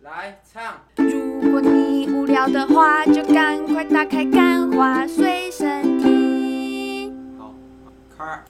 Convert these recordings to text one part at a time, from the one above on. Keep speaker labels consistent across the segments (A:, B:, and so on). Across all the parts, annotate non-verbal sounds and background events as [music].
A: 来唱，
B: 如果你无聊的话，就赶快打开《干花随身听》。
A: 好，开。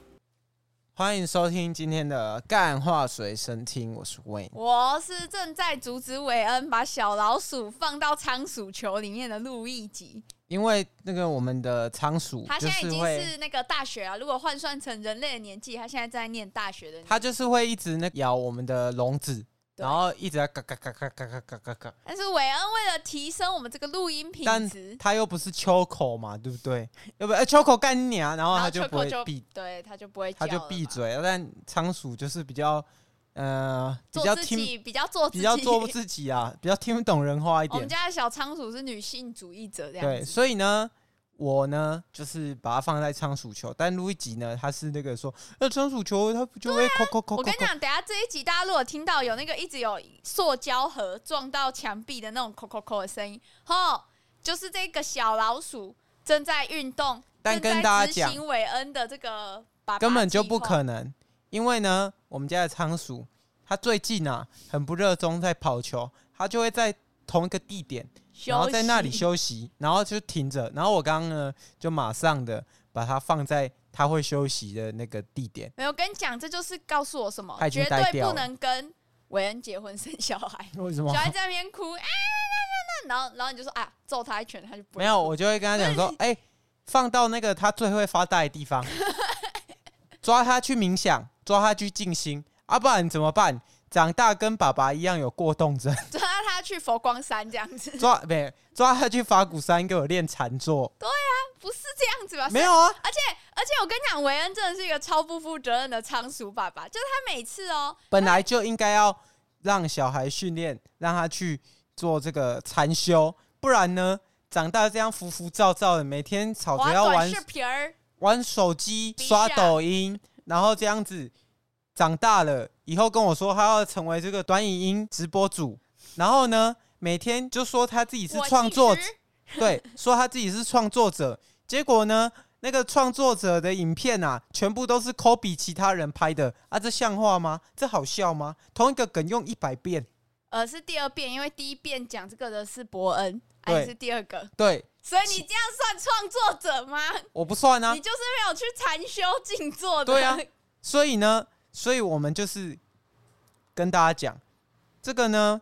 C: 欢迎收听今天的《干话随身听》，我是 Wayne。
D: 我是正在阻止韦恩把小老鼠放到仓鼠球里面的路易吉，
C: 因为那个我们的仓鼠
D: 他
C: 就
D: 现在
C: 是
D: 已经
C: 会，
D: 是那个大学啊。如果换算成人类的年纪，他现在在念大学的年纪。
C: 它就是会一直那咬我们的笼子，
D: 对
C: 然后一直在嘎嘎嘎嘎嘎嘎嘎嘎嘎。
D: 但是韦恩为了提升我们这个录音品
C: 但
D: 质，
C: 它又不是秋口嘛，对不对？要不呃秋口干你啊，然后
D: 然
C: 它
D: 后
C: 就
D: Choco
C: 不会
D: 就
C: 闭，
D: 对他就不会
C: 它就
D: 叫了
C: 闭
D: 嘛，
C: 嘴。但仓鼠就是比较呃比较
D: 做自
C: 听
D: 己比较做自己，
C: 比较做自己啊，比较听不懂人话一
D: [laughs] 我
C: 点
D: 们。家的小仓鼠是女性主义者这样
C: 对，
D: 子，
C: 所以呢，我呢就是把它放在仓鼠球，但路易吉呢，他是那个说，那仓鼠球它不就会扣扣扣扣
D: 啊我跟你
C: 扣， [laughs]
D: 讲，等一下这一集大家如果听到有那个一直有塑胶盒撞到墙壁的那种“扣扣扣”的声音，吼，就是这个小老鼠正在运动，
C: 但
D: 正在
C: 跟大家
D: 执
C: 讲
D: 行韦恩的这个爸爸
C: 根本就
D: 计
C: 不
D: 划。
C: 可能，因为呢，我们家的仓鼠它最近啊很不热衷在跑球，它就会在同一个地点，然后在那里
D: 休息
C: 休息，然后就停着，然后我刚刚呢就马上的把它放在它会休息的那个地点。
D: 没有跟你讲，这就是告诉我什么
C: 他已，经
D: 绝
C: 呆
D: 对
C: 掉
D: 不
C: 了
D: 能跟韦恩结婚生小
C: [laughs]
D: 孩。
C: 为什么
D: 小？孩在那边哭，啊啊啊啊啊然后然后你就说啊，揍他一拳，他就不会
C: 没有，我就会跟他讲说，哎、放到那个他最会发呆的
D: [laughs]
C: 地方，抓他去冥想，抓他去静心，啊，不然怎么办？长大跟爸爸一样有过动
D: [laughs]
C: 症，
D: 抓他去佛光山这样子， [laughs]
C: 抓没抓他去法鼓山给我练禅坐，
D: 不是这样子吧？
C: 没有
D: [laughs]
C: 啊，
D: 而且而且我跟你讲，韦恩真的是一个超不负责任的仓鼠爸爸，就是他每次哦，
C: 本来就应该要让小孩训练，让他去做这个禅修，不然呢，长大这样浮浮躁躁的，每天吵着
D: 滑
C: 要
D: 短
C: 玩
D: 视频儿，
C: 玩手机、
D: 比
C: 刷
D: 下
C: 抖音，然后这样子长大了以后跟我说他要成为这个短影音直播主，然后呢每天就说他自己是
D: [laughs] 我
C: 创作者
D: 其，实
C: 对，说他自己是创作者，结果呢那个创作者的影片啊，全部都是 copy 其他人拍的啊，这像话吗？这好笑吗？同一个梗用一百遍，
D: 呃是第二遍，因为第一遍讲这个的是伯恩，
C: 对
D: 哎是第二个，
C: 对
D: 所以你这样算创作者吗？
C: 我不算啊
D: 你，就是没有去禅修静坐的，
C: 对啊所以呢，所以我们就是跟大家讲，这个呢，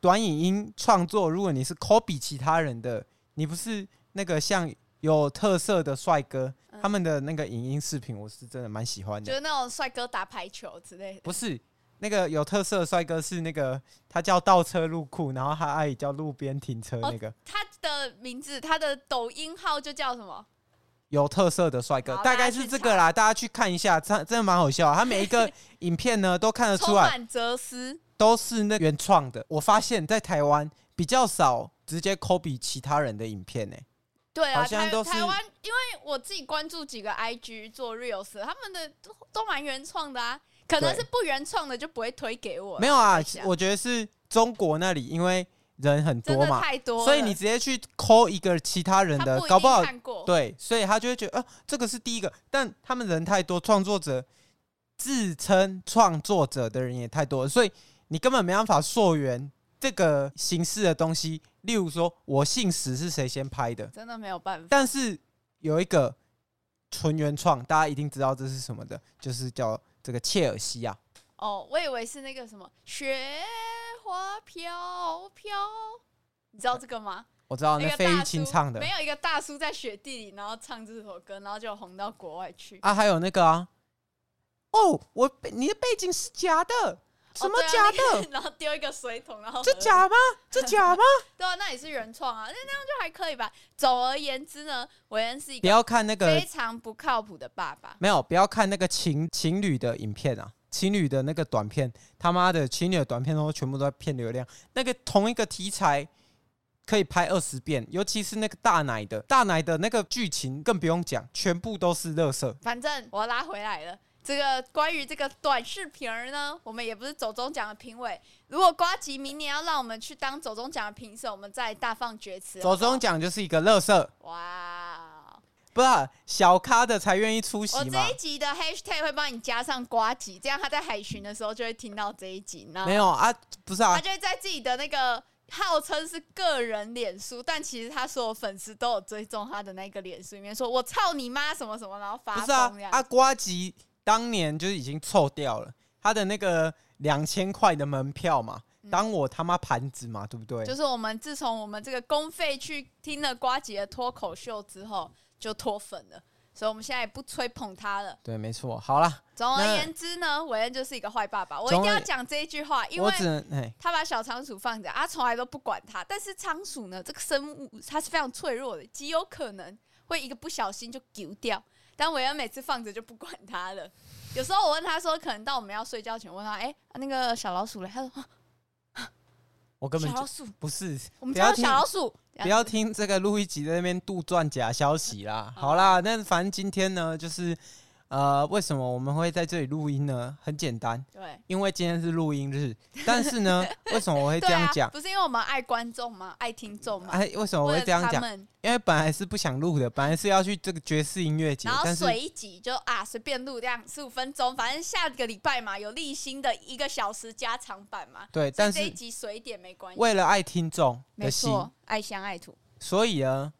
C: 短影音创作，如果你是 copy 其他人的，你不是那个像有特色的帅哥，
D: 嗯
C: 他们的那个影音视频，我是真的蛮喜
D: [laughs]
C: 欢
D: 就
C: 的。
D: 是那种帅哥打排球之类的，
C: 不是那个有特色的帅哥，是那个他叫倒车入库，然后他阿姨叫路边停车那个、
D: 他的名字他的抖音号就叫什么？
C: 有特色的帅哥，
D: 好
C: 大概
D: 大家
C: 是
D: 去
C: 这个啦，大家去看一下，真真的蛮好笑的。他每
D: [laughs]
C: 一个影片呢都看得
D: 充
C: 出来，
D: 满哲思，
C: 都是那原创的。我发现，在台湾比较少直接 copy 其他人的影片欸呢、
D: 对
C: 好
D: 啊，
C: 像
D: 台
C: 都是
D: 台湾，因为我自己关注几个 IG 做 reels，的他们的都都蛮原创的啊，可能
C: 对
D: 是不原创的就不会推给我。
C: 没有啊
D: 在，想
C: 我觉得是中国那里，因为人很
D: 真
C: 多
D: 的
C: 嘛，
D: 太多了，
C: 所以你直接去抠一个其他人
D: 他
C: 的
D: 一，定
C: 搞不好
D: 看过。
C: 对，所以他就会觉得，呃，这个是第一个。但他们人太多，创作者自称创作者的人也太多了，所以你根本没办法溯源这个形式的东西。例如说，我姓石是谁先拍的，
D: 真的没有办法。
C: 但是有一个纯原创，大家一定知道这是什么的，就是叫这个切尔西啊。
D: 哦，我以为是那个什么雪花飘飘，你知道这个吗？
C: 我知道哦那
D: 个
C: 费玉
D: 大
C: 清
D: 叔
C: 唱的
D: 没有一个大叔在雪地里，然后唱这首歌，然后就红到国外去。
C: 啊，还有那个啊，哦，我背你的背景是假的，什
D: 哦
C: 么
D: 对啊
C: 假
D: 那
C: 的？
D: 个 [laughs] 然后丢一个水桶，然后
C: 这
D: 喝
C: 假吗？这
D: [laughs]
C: 假吗？
D: 对啊，那也是原创啊，那那样就还可以吧。总而言之呢，韦恩是一
C: 不
D: 个
C: 要看那个
D: 非常不靠谱的爸爸。
C: 没有，不要看那个情情侣的影片啊，情侣的那个短片，他妈的情侣的短片都全部都在骗流量。那个同一个题材可以拍二十遍，尤其是那个大奶的，大奶的那个剧情更不用讲，全部都是垃圾。
D: 反正我拉回来了。这个关于这个短视频儿呢，我们也不是走中奖的评委。如果瓜吉明年要让我们去当走中奖的评审，我们再大放厥词。
C: 左中
D: 奖
C: 奖就是一个垃圾。
D: 哇，哦
C: 不是啊、小咖的才愿意出
D: 我
C: 席嘛
D: 这一？集的 hashtag 会帮你加上瓜集，这样他在海巡的时候就会听到这一集，然后
C: 没有啊，不是啊
D: 他，就会在自己的那个号称是个人脸书，但其实他所有粉丝都有追踪他的那个脸书里面说“我操你妈”什么什么，然后发
C: 不
D: 疯
C: 是啊
D: 这样。，
C: 啊，瓜吉当年就是已经臭掉了他的那个两千块的门票嘛，当我他妈盘子嘛，对不对？
D: 就是我们自从我们这个公费去听了瓜姐的脱口秀之后，就脱粉了，所以我们现在也不吹捧他了。
C: 对，没错。好啦，
D: 总而
C: 那
D: 言之呢，韦恩就是一个坏爸爸，我一
C: 总
D: 定要
C: 而
D: 讲这一句话，因
C: 我
D: 为
C: 只能哎，
D: 他把小仓鼠放着，他从来都不管它。但是仓鼠呢，这个生物它是非常脆弱的，极有可能会一个不小心就丢掉。但韦恩每次放着就不管它了。 [laughs] 有时候我问他说，可能到我们要睡觉前，我问他，哎、啊那个小老鼠嘞？他说啊
C: 我根本
D: 小老
C: 就
D: 鼠，
C: 不是，
D: 我们
C: 不
D: 家
C: 要
D: 有
C: 听
D: 小老鼠。啊
C: 不要听这个录一集在那边杜撰假消息啦。
D: 哦
C: 好啦，那反正今天呢，就是呃，为什么我们会在这里录音呢？很简单，
D: 这样
C: 因为今天是录
D: [laughs]
C: 音日。但是呢，为什么我会
D: 对
C: 这
D: 对
C: 样
D: 啊，
C: 讲？
D: 不是因为我们爱观众吗？爱听众吗？
C: 哎、为什么我
D: 啊为
C: 会
D: 了
C: 这样
D: 他
C: 讲？
D: 们，
C: 因为本来是不想录的，本来是要去这个爵士音乐节
D: 然，后
C: 但是
D: 水一集就啊随便录这样十五分钟，反正下个礼拜嘛有立新的一个小时加长版嘛，
C: 对，
D: 所以
C: 但
D: 这一
C: 是
D: 集水一点没关系。
C: 为了爱听众
D: 没
C: 的心，
D: 错，爱乡爱土。
C: 所以呢，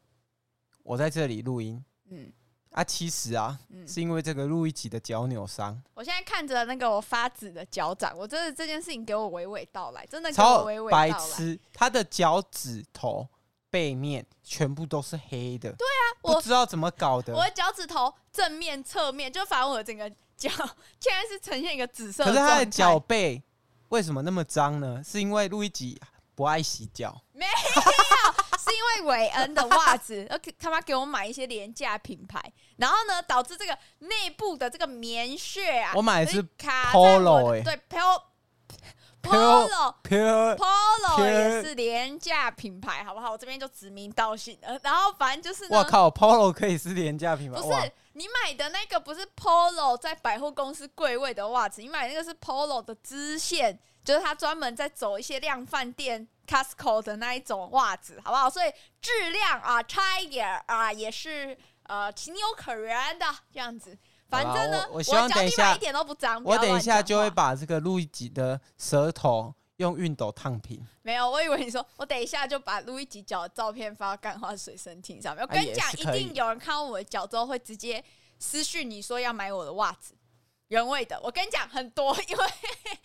C: 我在这里录音
D: 嗯
C: 啊。其实啊，
D: 嗯，
C: 是因为这个录一集的脚扭伤，
D: 我现在看着那个我发紫的脚掌，我真的这件事情给我娓娓道来，真的给
C: 超
D: 我娓娓
C: 白
D: 道来。
C: 痴，他的脚趾头背面全部都是黑的，对啊
D: 我
C: 不知道怎么搞的。
D: 我的脚趾头正面、侧面，就反正我整个脚现在是呈现一个紫色
C: 可
D: 的
C: 是
D: 状态。
C: 他的脚背为什么那么脏呢？是因为录一集不爱洗
D: [laughs]
C: 脚。
D: 是因为韦恩的袜子，呃，他妈给我买一些廉价品牌，然后呢，导致这个内部的这个棉屑啊，
C: 我买的
D: 就是卡在我的
C: Polo，欸
D: 对 Polo
C: Polo
D: Polo
C: Pure
D: Polo 也
C: 天
D: 是廉价品牌，好不好？我这边就指名道姓了。然后反正就是呢，
C: 我靠，Polo 可以是廉价品
D: 不
C: 牌，哇
D: 是你买的那个不是 Polo 在百货公司柜位的袜子，你买的那个是 Polo 的支线，就是它专门在走一些量贩店 Costco 的那一种袜子，好不好？所以质量啊差一点儿啊也是呃情有可原的这样子。反
C: 好啦
D: 正呢，
C: 我
D: 我
C: 我希望
D: 脚
C: 等一
D: 底
C: 下
D: 板一点都不脏。不
C: 我
D: 要
C: 等一
D: 乱
C: 下
D: 讲
C: 就会
D: 话
C: 把这个录一集的舌头用熨斗烫平。
D: [laughs] 没有，我以为你说我等一下就把路易吉脚的照片发到干花水生听上面。我跟你
C: 啊也
D: 讲，
C: 是
D: 一
C: 可以
D: 定有人看到我的脚之后会直接私讯你说要买我的袜子，原味的。我跟你讲很多，因为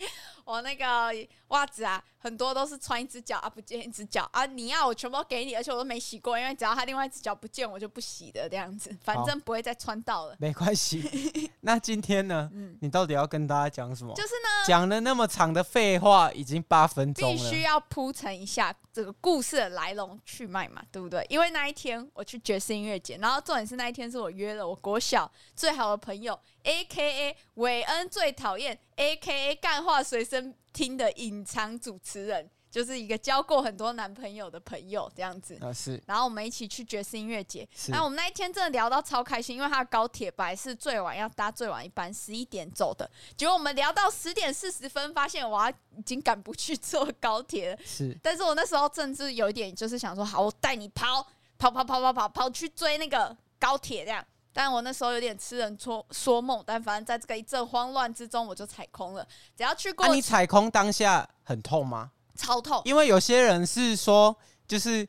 D: [laughs] 我那个袜子啊，很多都是穿一只脚啊不见一只脚啊，你要我全部都给你，而且我都没洗过，因为只要他另外一只脚不见，我就不洗的这样子，反正不会再穿到了。
C: 没
D: [laughs]
C: 关系。那今天呢？
D: 嗯
C: 你到底要跟大家讲什么？
D: 就是呢，
C: 讲了那么长的废话，已经八分钟
D: 必
C: 了
D: 须。要铺陈一下这个故事的来龙去脉嘛，对不对？因为那一天我去爵士音乐节，然后重点是那一天是我约了我国小最好的朋友，A K A 韦恩最讨厌，A K A 干话随身听的隐藏主持人，就是一个交过很多男朋友的朋友这样子。
C: 啊，是
D: 然后我们一起去爵士音乐节，
C: 是
D: 那我们那一天真的聊到超开心，因为他的高铁本来是最晚要搭最晚一班，十一点走的，结果我们聊到十点四十分，发现哇，已经赶不去坐高铁了。 [laughs]
C: 是，
D: 但是我那时候甚至有一点就是想说，好，我带你跑跑跑跑跑跑跑去追那个高铁这样。但我那时候有点痴人说说梦，但反正在这个一阵慌乱之中，我就踩空了。只要去过哦
C: 啊那、你踩空当下很痛吗？
D: 超痛，
C: 因为有些人是说，就是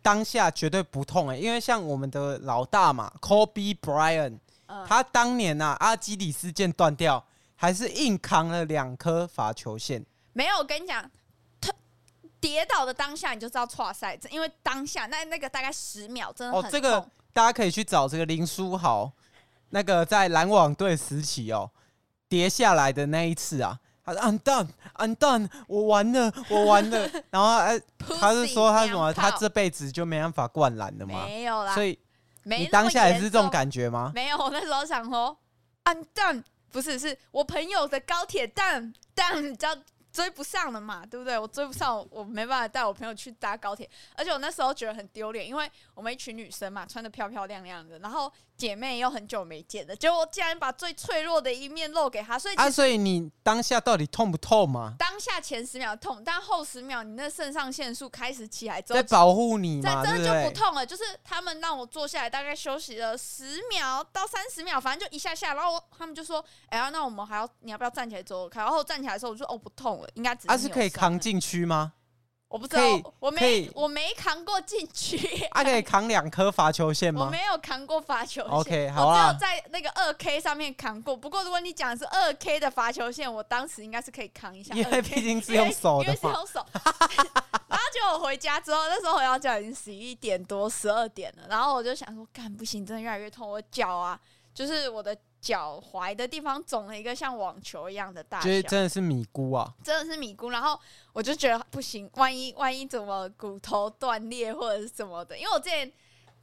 C: 当下绝对不痛哎、因为像我们的老大嘛，Kobe Bryant，、
D: 嗯
C: 他当年呐、啊、阿基里斯腱断掉，还是硬扛了两颗罚球线。
D: 没有，我跟你讲，他跌倒的当下你就知道错赛，因为当下那那个大概十秒真的嗯很
C: 哦
D: 痛。，
C: 这个大家可以去找这个林书豪，那个在篮网队时期哦，跌下来的那一次啊，他说 I'm done, I'm done，我完了，我
D: [laughs]
C: 完了。然后哎，
D: Pussy
C: 他是说他什么，
D: 娘炮
C: 他这辈子就没办法灌篮了嘛。
D: 没有啦，
C: 啊所以
D: 没
C: 你
D: 那么
C: 当下也是
D: 严
C: 这种
D: 重
C: 感觉吗？
D: 没有，我那时候想说，I'm done，不是，是我朋友的高铁蛋蛋，你知道追不上了嘛，对不对？我追不上，我没办法带我朋友去搭高铁，而且我那时候觉得很丢脸，因为我们一群女生嘛，穿的漂漂亮亮的，然后姐妹又很久没见了，结果我竟然把最脆弱的一面露给她，所以其
C: 啊，
D: 实
C: 所以你当下到底痛不痛嘛？
D: 当下前十秒痛，但后十秒你那肾上腺素开始起来之后
C: 在，保护你
D: 在
C: 嘛，对
D: 真
C: 不
D: 的就不
C: 对？
D: 痛了，就是他们让我坐下来，大概休息了十秒到三十秒，反正就一下下。然后我他们就说：“哎、呀，那我们还要你要不要站起来走走看？”然后我站起来的时候，我就说：“哦，不痛了，应该只是
C: 啊，是可以
D: 扭伤
C: 扛
D: 了。
C: 进去吗？”
D: 我不知道
C: 可以，
D: 我
C: 可
D: 没
C: 以
D: 我没扛过进
C: [laughs]
D: 去，
C: 啊，可以扛两颗罚球线
D: 我
C: 吗？
D: 没有扛过罚球线。
C: OK，好
D: 我只
C: 啊
D: 有在那个二 K 上面扛过。不过如果你讲的是二 K 的罚球线，我当时应该是可以扛一下 2K，
C: 因为毕竟是
D: 因为
C: 用手
D: [laughs] 因
C: 的
D: 为是
C: 嘛。
D: 用手。然后结果我回家之后，那时候回到家已经十一点多、十二点了，然后我就想说，干不行，真的越来越痛，我脚啊，就是我的脚踝的地方肿了一个像网球一样的大小，
C: 就是真的是米姑啊，
D: 真的是米姑。然后我就觉得不行，万一万一怎么骨头断裂或者是什么的，因为我之前。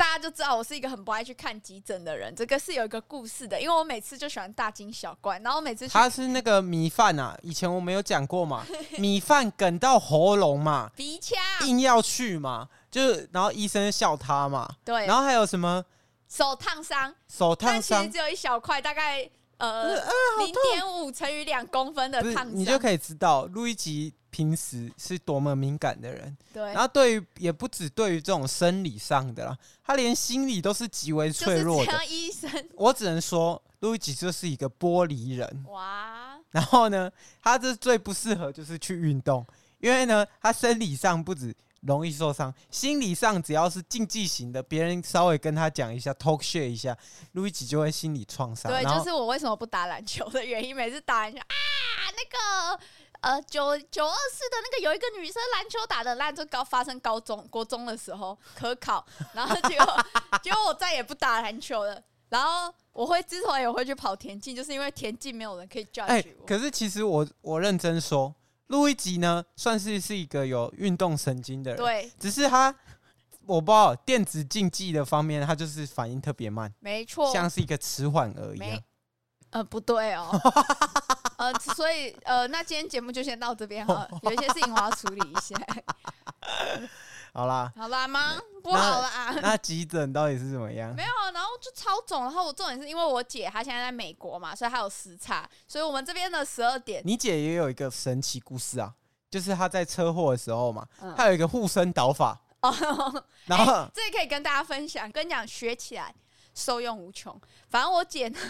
D: 大家就知道我是一个很不爱去看急诊的人，这个是有一个故事的，因为我每次就喜欢大惊小怪，然后我每次去
C: 她是那个米饭啊，以前我没有讲过
D: [laughs]
C: 嘛，米饭梗到喉咙嘛，
D: 鼻腔，
C: 硬要去嘛，就是然后医生笑她嘛，
D: 对
C: 然，后还有什么
D: 手烫伤，
C: 手烫
D: 但其实
C: 伤，
D: 只有一小块，大概
C: 不
D: 呃
C: 是啊
D: 零点五乘以两公分的
C: 不是
D: 烫伤，
C: 你就可以知道路易吉平时是多么敏感的人，
D: 对
C: 然，后对于也不止对于这种生理上的啦，他连心理都是极为
D: 就
C: 脆
D: 是
C: 弱
D: 这
C: 的。
D: 样，医生
C: 我只能说，路易吉就是一个玻璃人。
D: 哇，
C: 然后呢，他这最不适合就是去运动，因为呢，他生理上不止容易受伤，心理上只要是竞技型的，别人稍微跟他讲一下，talk shit 一下，路易吉就会心理创伤。
D: 对，
C: 然后
D: 就是我为什么不打篮球的原因，每次打篮球啊，那个。呃，九九二四的那个有一个女生篮球打的烂，就高发生高中国中的时候科考， [laughs] 然后结果结果我再也不打篮球了。然后我会之所以我会去跑田径，就是因为田径没有人可以 judge 我。
C: 哎、可是其实我我认真说，路易吉呢，算是是一个有运动神经的人，
D: 对，
C: 只是他我不知道电子竞技的方面，他就是反应特别慢，
D: 没错，
C: 像是一个迟缓啊儿一样
D: 哦没。，呃，不对
C: [laughs]
D: 哦，呃，所以呃，那今天节目就先到这边哈，有一些事情我要处理一下，
C: 好啦，
D: 好啦吗？不好啦，
C: 那急诊到底是怎么样
D: 没？有啊，然后就超肿，然后我重点是因为我姐她现在在美国嘛，所以她有时差，所以我们这边的十二点，
C: 你姐也有一个神奇故事啊，就是她在车祸的时候嘛，
D: 嗯
C: 她有一个护身导法，
D: 哦，
C: 然后、
D: 这个可以跟大家分享，跟你讲学起来。受用无穷，反正我姐呢， [laughs]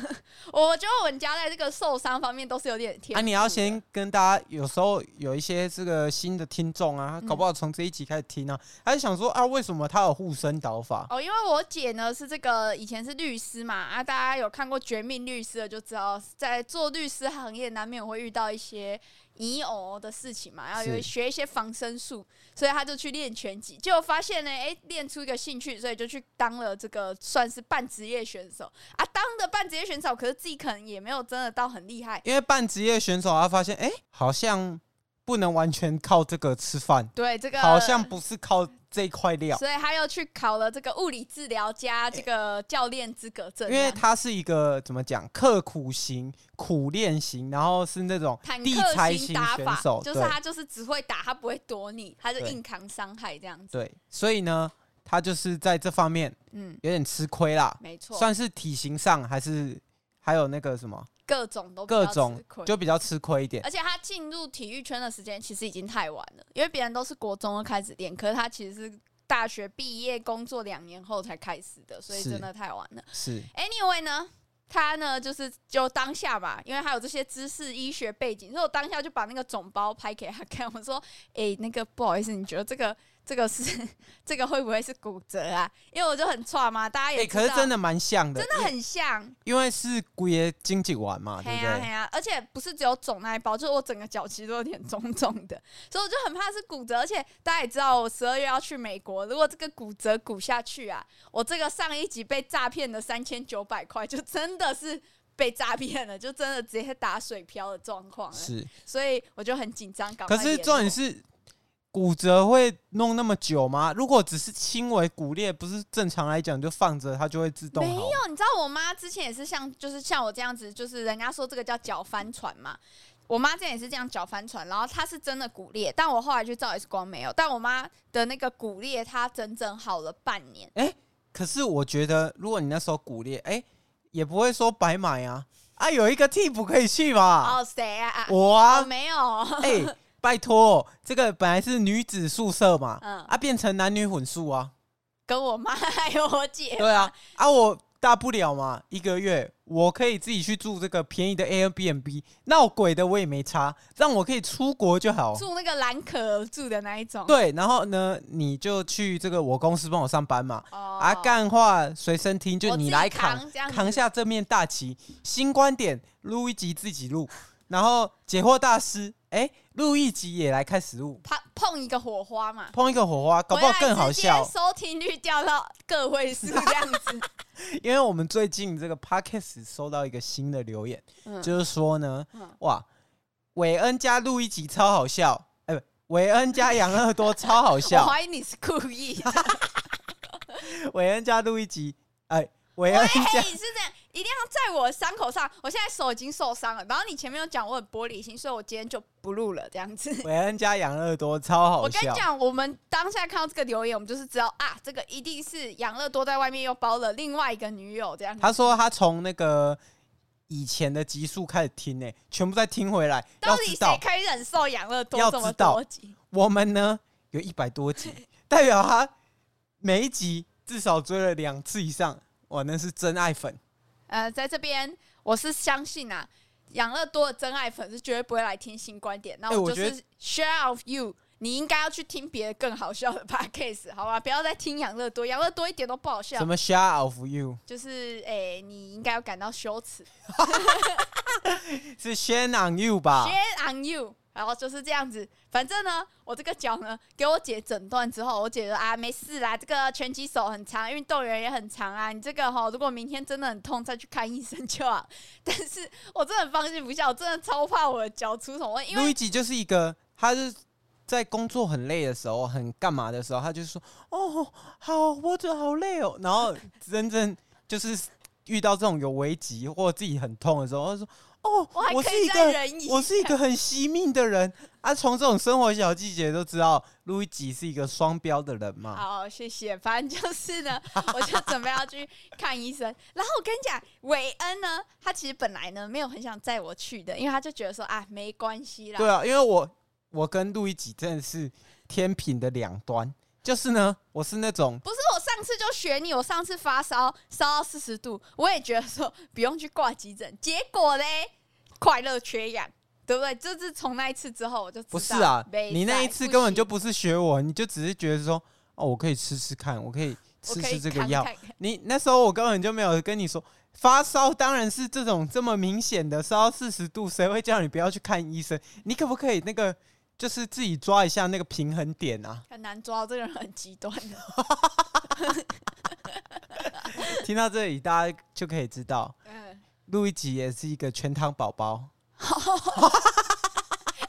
D: 我觉得我们家在这个受伤方面都是有点天赋的。
C: 啊，你要先跟大家，有时候有一些这个新的听众
D: 嗯
C: 啊，搞不好从这一集开始听啊，他就想说啊，为什么他有护身导法？
D: 哦，因为我姐呢是这个以前是律师嘛，啊，大家有看过《绝命律师》的就知道，在做律师行业难免会遇到一些疑偶的事情 [laughs] 嘛，然后有
C: 是
D: 学一些防身术，所以他就去练拳击，结果发现呢，哎，练出一个兴趣，所以就去当了这个算是半职业选手啊，当的半职业选手，可是自己可能也没有真的到很厉害，
C: 因为半职业选手，他发现哎、诶好像不能完全靠这个吃饭，
D: 对啊这个
C: 好像不是靠这块料，
D: 所以他又去考了这个物理治疗加这个教练资格证
C: 因
D: 这样，
C: 为他是一个怎么讲，刻苦型、苦练型，然后是那种
D: 坦
C: 地
D: 克
C: 才
D: 型
C: 型
D: 打
C: 选
D: 法，
C: 手，
D: 就是
C: 对
D: 他就是只会打，他不会躲你，他就
C: 对
D: 硬扛伤害这样子。
C: 对，所以呢，他就是在这方面
D: 嗯，
C: 有点吃亏啦，
D: 没错，
C: 算是体型上还是还有那个什么
D: 各种都比较
C: 各种
D: 吃亏
C: 就比较吃亏一点。
D: 而且他进入体育圈的时间其实已经太晚了，因为别人都是国中就开始练，可是他其实是大学毕业工作两年后才开始的，所以
C: 是
D: 真的太晚了。
C: 是
D: Anyway 呢，他呢就是就当下吧，因为他有这些知识医学背景，所以我当下就把那个肿包拍给他看，我说：“ [laughs] 诶，那个不好意思，你觉得这个这个是 [laughs] 这个会不会是骨折啊？”因为我就很差嘛，大家
C: 哎、
D: 也知道、
C: 可是真
D: 的
C: 的蛮像的，因为
D: 很像，
C: 因为是龟爷经济玩嘛，
D: 嘿
C: 啊
D: 啊
C: 对不
D: 呀嘿
C: 对？
D: 呀，而且不是只有肿那一包，就是我整个脚其实都有点肿肿的，所以我就很怕是骨折。而且大家也知道，我十二月要去美国，如果这个骨折骨下去啊，我这个上一集被诈骗的三千九百块，就真的是被诈骗了，就真的直接打水漂的状况了。
C: 是。
D: 所以我就很紧张，赶快
C: 可是
D: 联
C: 重点
D: 络
C: 是，骨折会弄那么久吗？如果只是轻微骨裂，不是正常来讲就放着它就会自动
D: 没
C: 好？
D: 有，你知道我妈之前也是像，就是像我这样子，就是人家说这个叫脚翻船嘛。我妈之前也是这样脚翻船，然后她是真的骨裂，但我后来去照 X 光没有，但我妈的那个骨裂她整整好了半年。
C: 欸可是我觉得，如果你那时候骨裂，哎、也不会说白买啊啊，有一个替补可以去吧？
D: 哦，谁啊？
C: 我
D: 哦，
C: 啊，
D: 没有，
C: 哎、拜托，这个本来是女子宿舍嘛，
D: 嗯
C: 啊，变成男女混宿啊，
D: 跟我妈还有我姐。
C: 对啊，啊，我大不了嘛，一个月我可以自己去住这个便宜的 Airbnb，闹鬼的我也没差，让我可以出国就好。
D: 住那个蓝可儿住的那一种，
C: 哦对，然后呢，你就去这个我公司帮我上班嘛，
D: 哦
C: 啊，干话随身听，就
D: 我自
C: 你
D: 己
C: 来
D: 扛
C: 扛
D: 这样子
C: 扛下这面大旗。新观点录一集自己录，然后解惑大师，哎、录一集也来开始录，
D: 碰碰一个火花嘛，
C: 碰一个火花，搞不好更好
D: 回来
C: 笑
D: 直接。收听率掉到个位数这样子。
C: 因为我们最近这个 podcast 收到一个新的留言，
D: 嗯
C: 就是说呢，
D: 嗯
C: 哇，韦恩家录一集超好笑，哎、不，韦恩家养乐多超好 [laughs] 笑
D: [laughs] 我，怀疑你是故意的，
C: 韦恩家录一集，哎、韦
D: 我怀
C: 恩
D: 疑
C: 家
D: 你哎是这样，一定要在我的伤口上。我现在手已经受伤了，然后你前面有讲我很玻璃心，所以我今天就不录了这样子。
C: [laughs] 韦恩家养乐多超好
D: 我跟你
C: 笑。
D: 讲，我们当下看到这个留言，我们就是知道啊，这个一定是养乐多在外面又包了另外一个女友这样子。
C: 他说他从那个以前的集数开始听呢、全部再听回来。
D: 到
C: 要
D: 底
C: 知
D: 谁
C: 道
D: 可以忍受养乐多
C: 要
D: 这么
C: 知道
D: 多集？
C: 我们呢有一百多
D: [laughs]
C: 集，代表他每一集至少追了两次以上，哇，那是真爱粉。
D: 呃，在这边我是相信啊，养乐多的真爱粉是绝对不会来听新观点。那
C: 哎
D: 我
C: 我
D: 就
C: 觉
D: 是 share of you，你应该要去听别的更好笑的 [laughs] podcast，好吧？不要再听养乐多，养乐多一点都不好笑
C: 什。么 share of you
D: 就是哎、你应该要感到羞耻。
C: 是 share on you 吧？
D: Share on you，然后就是这样子。反正呢，我这个脚呢，给我姐诊断之后，我姐说啊，没事啦，这个拳击手很长，运动员也很长啊。你这个哈，如果明天真的很痛，再去看医生就好。 [laughs] 但是我真的很放心不下，我真的超怕我的脚出什么问题，因
C: 路易
D: 为
C: 吉就是一个，他是在工作很累的时候，很干嘛的时候，他就说：“哦，好，我这好累哦。”然后真正就是遇到这种有危急或自己很痛的时候，他说：“哦
D: 我还，
C: 我
D: 可
C: 是
D: 以
C: 一
D: 再
C: 个
D: 忍一
C: 我是一个很惜命的人啊。”从这种生活小细节都知道，路易吉是一个双标的人嘛。
D: 好，谢谢。反正就是
C: [laughs]
D: 呢，我就准备要去看医生。然后我跟你讲，韦恩呢，他其实本来呢没有很想载我去的，因为他就觉得说啊，没关系啦
C: 对，啊，因为我我跟路易吉真的是天平的两端，就是呢，我是那种
D: 不是我上次就学你，我上次发烧烧到四十度，我也觉得说不用去挂急诊，结果嘞，快乐缺氧，对不对？就是从那一次之后，我就知道
C: 不是啊，
D: 没
C: 你那
D: 赛
C: 一次根本就
D: 行
C: 不是学我，你就只是觉得说，哦，我可以吃吃看，我可以
D: 我
C: 吃
D: 可以
C: 吃这个
D: 看
C: 药。
D: 看
C: 你那时候我根本就没有跟你说，发烧当然是这种这么明显的烧四十度，谁会叫你不要去看医生？你可不可以那个就是自己抓一下那个平衡点
D: [laughs]
C: 啊？
D: 很难抓，这个人很极端的。
C: 听到这里，大家就可以知道，
D: 嗯，
C: 路易吉也是一个全糖宝宝。
D: [laughs]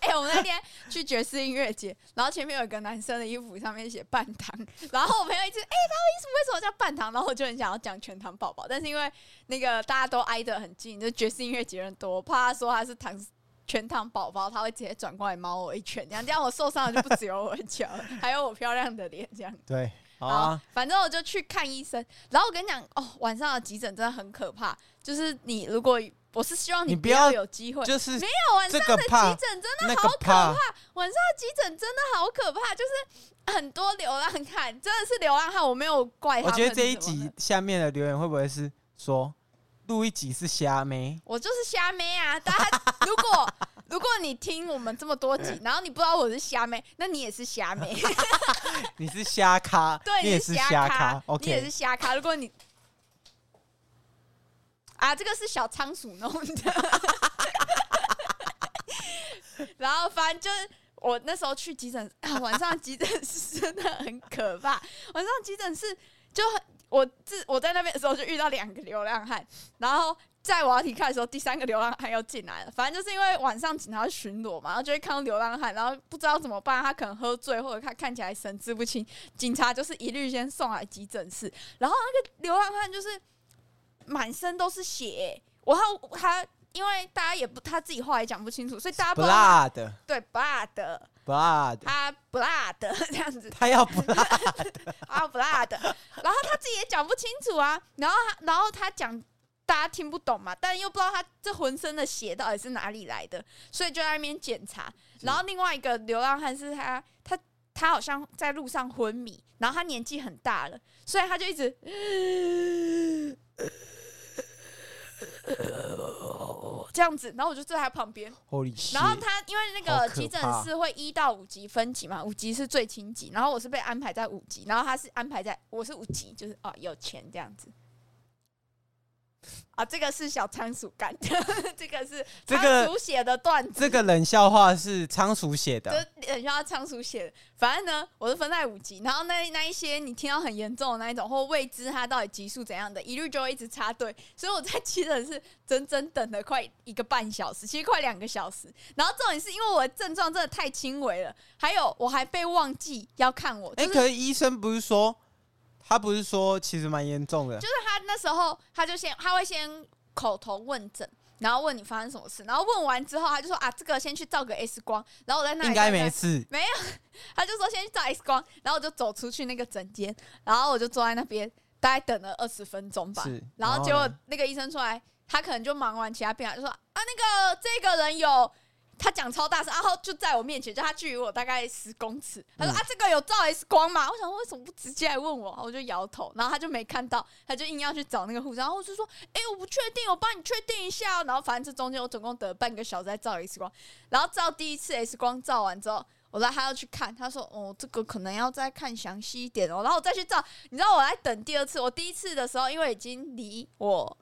D: 哎、我们那天去爵士音乐节，然后前面有一个男生的衣服上面写半糖，然后我朋友一直哎、他为什么为什么叫半糖？然后我就很想要讲全糖宝宝，但是因为那个大家都挨得很近，就爵士音乐节人多，我怕他说他是糖全糖宝宝，他会直接转过来猫我一拳，这样这样我受伤的就不只有我一脚 [laughs] 了，还有我漂亮的脸这样。
C: 对，好
D: 好
C: 啊，，
D: 反正我就去看医生。然后我跟你讲，哦，晚上的急诊真的很可怕。就是你如果我是希望
C: 你
D: 不
C: 不要
D: 有机会，
C: 就是
D: 没有晚
C: 这
D: 上
C: 个
D: 的急
C: 怕
D: 诊真
C: 那
D: 的
C: 个
D: 好可怕
C: 怕，
D: 晚上的急诊真的好可怕，就是很多流浪汉，真的是流浪汉，我没有怪他
C: 我
D: 们。
C: 觉得这一集，下面的留言会不会是说，路易吉是瞎妹？
D: 我就是虾妹啊！大家如果如果你听我们这么多集，然后你不知道我是虾妹，那你也是虾妹，
C: 你是虾咖，
D: 对，
C: 你也
D: 是
C: 是
D: 虾
C: 咖
D: 你也是
C: ，OK，
D: 虾咖。如果你啊，这个是小仓鼠弄的， [laughs] 然后反正就是。我那时候去急诊、啊，晚上急诊室真的很可怕。晚上急诊室就很，我自我在那边的时候就遇到两个流浪汉，然后在我要离开的时候，第三个流浪汉又进来了。反正就是因为晚上警察会巡逻嘛，然后就会看到流浪汉，然后不知道怎么办，他可能喝醉或者他看起来神志不清，警察就是一律先送来急诊室。然后那个流浪汉就是满身都是血、欸我还他因为大家也不他自己话也讲不清楚，所以大家不知道他
C: blood
D: [laughs] 对 blood
C: blood，
D: 他 blood 这样子
C: 他要 blood，
D: 啊 blood，然后他自己也讲不清楚啊，然后他然后他讲大家听不懂嘛，但又不知道他这浑身的血到底是哪里来的，所以就在那边检查。然后另外一个流浪汉是他他他好像在路上昏迷，然后他年纪很大了，所以他就一直。这样子，然后我就坐在他旁边，
C: ，Holy shit！
D: 然后他因为那
C: 好
D: 个
C: 可
D: 急诊
C: 怕
D: 室会一到五级分级嘛，五级是最轻级，然后我是被安排在五级，然后他是安排在我是五级，就是哦有钱这样子。啊，这个是小仓鼠干 [laughs] 的，这个是
C: 这
D: 仓
C: 个
D: 鼠写的段子，
C: 这个冷笑话是仓鼠写
D: 就
C: 的，
D: 很像仓鼠写的。反正呢，我是分在五级，然后那那一些你听到很严重的那一种，或未知它到底级数怎样的，一律就会一直插队。所以我在急诊室整整等了快一个半小时，其实快两个小时。然后重点是因为我的症状真的太轻微了，还有我还被忘记要看我，就
C: 哎，
D: 是、
C: 可是医生不是说，他不是说其实蛮严重的，
D: 就是他那时候他就先他会先口头问诊。然后问你发生什么事，然后问完之后，他就说啊，这个先去照个 X 光，然后我在那里
C: 应该
D: 在那
C: 没事，
D: 他就说先去照 X 光，然后我就走出去那个诊间，然后我就坐在那边，大概等了二十分钟吧
C: 是。
D: 然
C: 然
D: 后
C: 后
D: 结果
C: 呢
D: 那个医生出来，他可能就忙完其他病了，就说啊，那个这个人有。他讲超大声，然后就在我面前，就他距离我大概十公尺。他说、
C: 嗯
D: 啊，这个有照 X 光吗？我想说为什么不直接来问我？我就摇头，然后他就没看到，他就硬要去找那个护士，然后我就说，哎、我不确定，我帮你确定一下、哦。然后反正这中间我总共得了半个小时在照 X 光，然后照第一次 X 光照完之后，我说他要去看，他说哦，这个可能要再看详细一点哦，然后我再去照。你知道我在等第二次，我第一次的时候，因为已经离我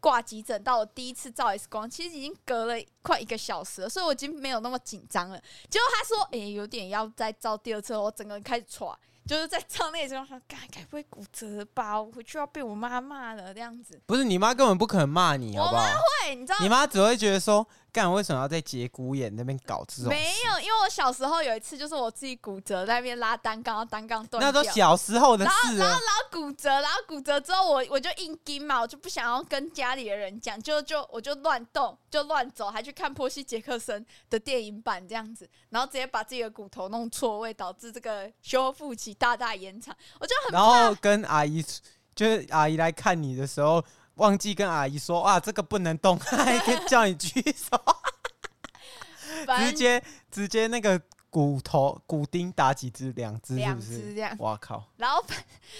D: 挂急诊到我第一次照 X 光，其实已经隔了快一个小时了，所以我已经没有那么紧张了。结果他说，诶、有点要再照第二次，我整个人开始喘。就是在照那个啊时候，想，该该不会骨折了吧？我回去要被我妈骂了这样子。
C: 不是你妈根本不可能骂你，
D: 我啊
C: 好不好？
D: 对，你知道
C: 你妈只会觉得说，干为什么要在节骨眼那边搞这种
D: 没
C: 事？
D: 有？因为我小时候有一次，就是我自己骨折，在那边拉单杠，然后单杠断掉。
C: 那都小时候的事了。
D: 骨折，然后骨折之后我我就硬筋嘛，我就不想要跟家里的人讲，就就我就乱动，就乱走，还去看波西杰克森的电影版这样子，然后直接把自己的骨头弄错位，导致这个修复期大大延长。我就很
C: 然后跟阿姨，就是阿姨来看你的时候，忘记跟阿姨说啊，这个不能动， [laughs] 还可以叫你举
D: [laughs]
C: 手，
D: 烦
C: 直接直接那个骨头骨钉打几只，两只是
D: 两
C: 不
D: 只
C: 是？
D: 这样，
C: 哇靠！
D: 然后 [laughs] 反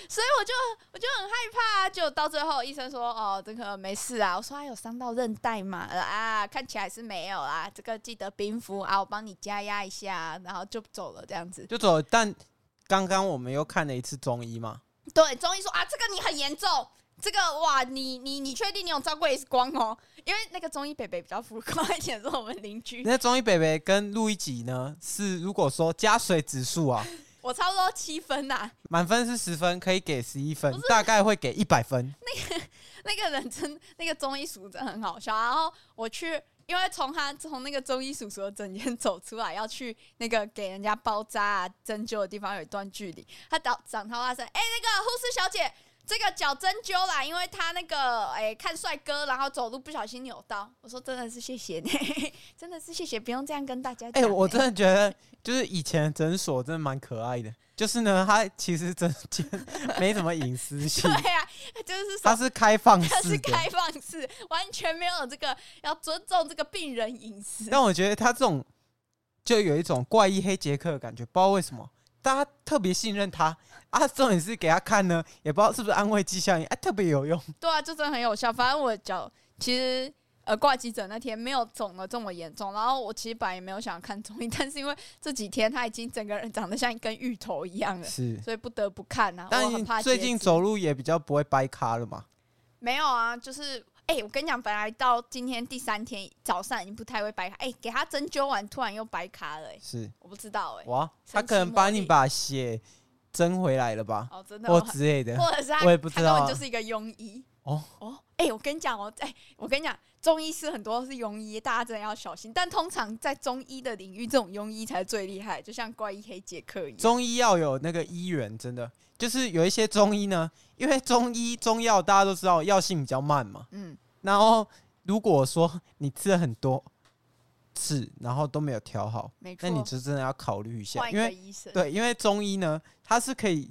D: 所以我就我就很害怕、啊，就到最后医生说哦这个没事啊，我说他有伤到韧带嘛，呃啊看起来是没有啦，这个记得冰敷啊，我帮你加压一下，啊然后就走了这样子。
C: 就走，但刚刚我们又看了一次中医嘛，
D: 对，中医说啊，这个你很严重，这个哇，你你你确定你有照过 X 光哦？因为那个中医北北比较浮夸一点，是我们邻居，
C: 那中医北北跟陆一吉呢，是如果说加水指
D: [laughs]
C: 数啊，
D: 我差不多七分啊呐、
C: 满分是十分，可以给十一分，大概会给一百分。
D: [laughs] 那个人真，那个中医叔真的很好笑。然后我去，因为从他从那个中医叔叔的诊间 [laughs] 走出来，要去那个给人家包扎啊、针灸的地方有一段距离，他找长头发说：“哎、那个护士小姐，这个脚针灸啦，因为他那个哎、看帅哥，然后走路不小心扭到。”我说：“真的是谢谢你， [laughs] 真的是谢谢，不用这样跟大家
C: 哎、
D: 讲、
C: 我真的觉得就是以前诊所真的蛮可爱的，就是呢，它其实真的没什么隐
D: [laughs]
C: 私性，
D: 对啊，就是说
C: 它是开放
D: 这
C: 式
D: 是
C: 的。
D: 开放式，完全没有这个要尊重这个病人隐私。
C: 但我觉得它这种就有一种怪异黑杰克的感觉，不知道为什么大家特别信任他啊。重点是给他看呢，也不知道是不是安慰剂效应，哎、特别有用。
D: 对啊，就真的很有效。反正我脚其实呃挂急诊那天没有肿的这么严重，然后我其实本来也没有想看中医，但是因为这几天他已经整个人长得像一根芋头一样了，
C: 是，
D: 所以不得不看啊。我很怕
C: 但最
D: 截
C: 近
D: 肢
C: 走路也比较不会掰咖了嘛。
D: 没有啊，就是哎、我跟你讲，本来到今天第三天早上已经不太会白卡，哎、给他针灸完突然又白卡了、哎，
C: 是，
D: 我不知道哎、
C: 哇，
D: 神
C: 他可能
D: 奇
C: 把
D: 魔
C: 你
D: 力
C: 把血蒸回来了吧，
D: 哦，真的
C: 或
D: 吗？
C: 之类的。
D: 或者是他
C: 我也不知道
D: 他
C: 啊
D: 根本就是一个庸医。
C: 哦
D: 哦，哎、我跟你讲哦，哎、我跟你讲，中医师很多是庸医，大家真的要小心。但通常在中医的领域，这种庸医才最厉害，就像怪医黑杰克一样。
C: 中医要有那个医源，真的就是有一些中医呢，因为中医中药大家都知道药性比较慢嘛，
D: 嗯，
C: 然后如果说你吃了很多次，然后都没有调好，
D: 没错
C: 那，你就真的要考虑一下，
D: 换一
C: 因
D: 个
C: 为
D: 医生，
C: 对，因为中医呢，它是可以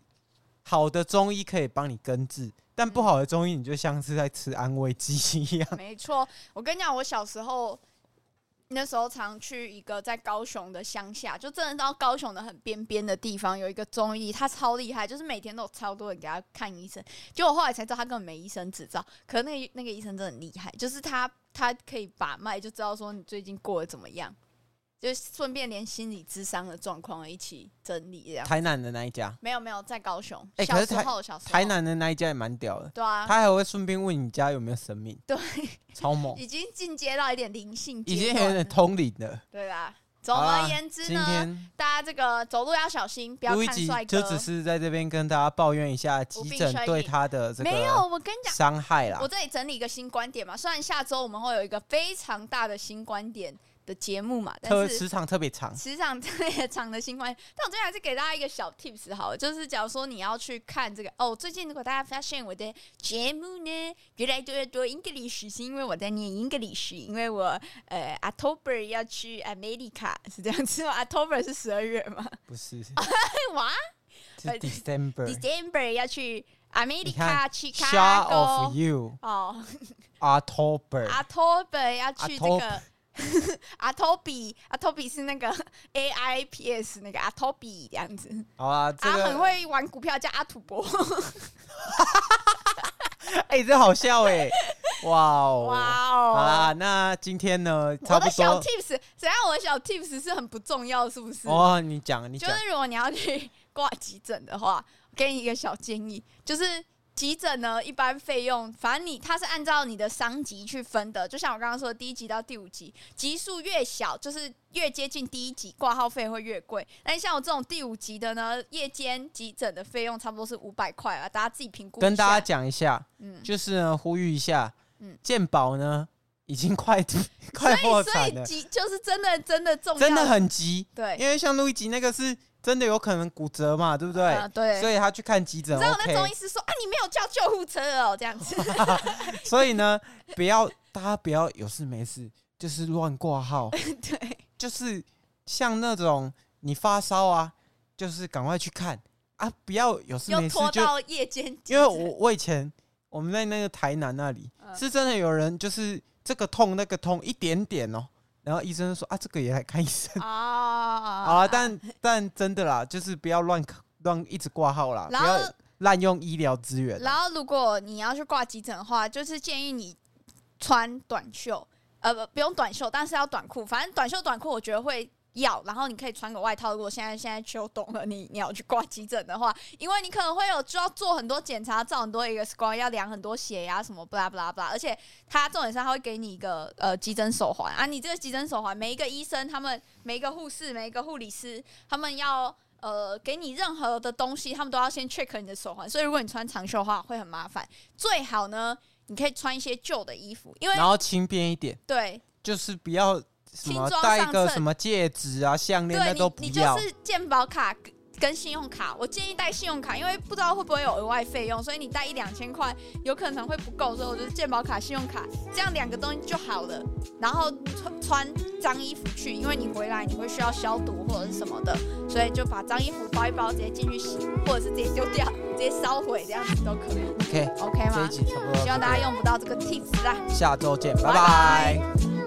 C: 好的中医可以帮你根治，但
D: 嗯
C: 不好的中医你就像是在吃安慰剂一样。
D: 没错。我跟你讲，我小时候那时候常去一个在高雄的乡下，就真的到高雄的很边边的地方，有一个中医，他超厉害，就是每天都有超多人给他看医生。结果后来才知道他根本没医生执照，可是那个那个医生真的很厉害，就是他他可以把脉就知道说你最近过得怎么样，就顺便连心理智商的状况一起整理这样。
C: 台南的那一家，
D: 没有没有，在高雄，
C: 哎可
D: 小
C: 是
D: 时
C: 台
D: 候小时候
C: 台南的那一家也蛮屌的，
D: 对哦啊，
C: 他还会顺便问你家有没有神明，
D: 对，
C: [laughs] 超猛，
D: 已经进阶到一点灵性阶
C: 已
D: 段了，
C: 经有点通灵了。
D: 对吧？总
C: 好
D: 而
C: 啦
D: 言之
C: 今
D: 呢，
C: 天
D: 大家这个走路要小心，不要
C: 录一
D: 看
C: 集
D: 帅
C: 就
D: 哥。
C: 只是在这边跟大家抱怨一下急诊对他的这
D: 没有，
C: 个啊
D: 我跟你讲，
C: 伤害啦
D: 我。这里整理一个新观点嘛。虽然下周我们会有一个非常大的新观点的节目嘛，但
C: 特
D: 是
C: 时长特别长，
D: 职场 [laughs] 特别长的新观点，但我这边还是给大家一个小 tips 好了，就是假如说你要去看这个哦，最近如果大家发现我的节目呢越来越多 English，是因为我在念 English，因为我呃 October 要去 America 是这样子吗？October 是十二月嘛？
C: 不是
D: [laughs] 哇
C: 是
D: 呃
C: December。
D: ，December 要去 America
C: 看 Shot of
D: Chicago
C: you,
D: 哦
C: October。
D: [laughs] ，October 要去这
C: October
D: 个。 [laughs] 阿托比，阿托比是那个 [laughs] A I P S 那个阿托比这样子，
C: 好啊，这
D: 啊，很
C: 个哦
D: 会玩股票，叫阿土伯。
C: [laughs] 哎，这好笑
D: [laughs]
C: 哎，哇哦！
D: [laughs] 哇
C: 好啦，
D: 哦！
C: 那今天呢，差
D: 我
C: 不
D: 的小
C: 多
D: tips，怎样？我的小 tips 是很不重要，是不是？
C: 哦，你讲你
D: 就
C: 讲，
D: 是如果你要去挂急诊的话，我给你一个小建议，就是急诊呢，一般费用，反正你它是按照你的伤级去分的，就像我刚刚说的，第一级到第五级，级数越小，就是越接近第一级，挂号费会越贵。但像我这种第五级的呢，夜间急诊的费用差不多是五百块啊，大家自己评估一下。
C: 跟大家讲一下，
D: 嗯，
C: 就是呢呼吁一下
D: 嗯，
C: 健保呢已经快 [laughs] 快破
D: 哎所以
C: 产
D: 所以
C: 了，
D: 急就是真的真的重要，
C: 真的很急。
D: 对，
C: 因为像路易吉那个是真的有可能骨折嘛，对不对？
D: 啊对
C: 所以他去看急诊
D: 你知道我那中医 [laughs]
C: ，OK。
D: 师说啊，你没有叫救护车哦，这样子。 [laughs]
C: 所以呢，不要大家不要有事没事就是乱挂号，
D: 对，
C: 就是像那种你发烧啊，就是赶快去看啊，不要有事
D: 又
C: 没事
D: 拖
C: 就。
D: 到夜间急诊，
C: 因为 [laughs] 我我以前我们在那个台南那里、
D: 嗯
C: 是真的有人就是这个痛那个痛一点点哦，然后医生就说啊这个也来看医生。
D: 哦啊
C: 好啦，但但真的啦，就是不要乱乱一直挂号啦，不
D: 然后
C: 要滥用医疗资源啦。
D: 然后如果你要去挂急诊的话，就是建议你穿短袖，呃不不用短袖，但是要短裤，反正短袖短裤我觉得会。要，然后你可以穿个外套。如果现在现在秋冬了，你你要去挂急诊的话，因为你可能会有就要做很多检查，照很多 X 光，要量很多血压什么，不啦不啦不啦。而且他重点是他会给你一个呃急诊手环啊，你这个急诊手环，每一个医生他们、每一个护士、每一个护理师，他们要呃给你任何的东西，他们都要先 check 你的手环。所以如果你穿长袖的话，会很麻烦。最好呢，你可以穿一些旧的衣服，因为
C: 然后轻便一点，
D: 对
C: 就是不要什
D: 轻
C: 么
D: 装上
C: 戴
D: 阵
C: 一个什么戒指啊、项链那
D: 对
C: 都
D: 你
C: 不
D: 你就
C: 要。
D: 是健保卡跟信用卡，我建议带信用卡，因为不知道会不会有额外费用，所以你带一两千块有可能会不够，所以我觉得健保卡、信用卡这样两个东西就好了。然后穿穿脏衣服去，因为你回来你会需要消毒或者是什么的，所以就把脏衣服包一包，直接进去洗，或者是直接丢掉、直接烧毁，这样子都可以
C: OK，
D: ，OK
C: 这一
D: 吗？
C: 集差不多到这边，
D: 希望大家用不到这个 tips 啦。
C: 下周见，
D: 拜拜
C: 拜拜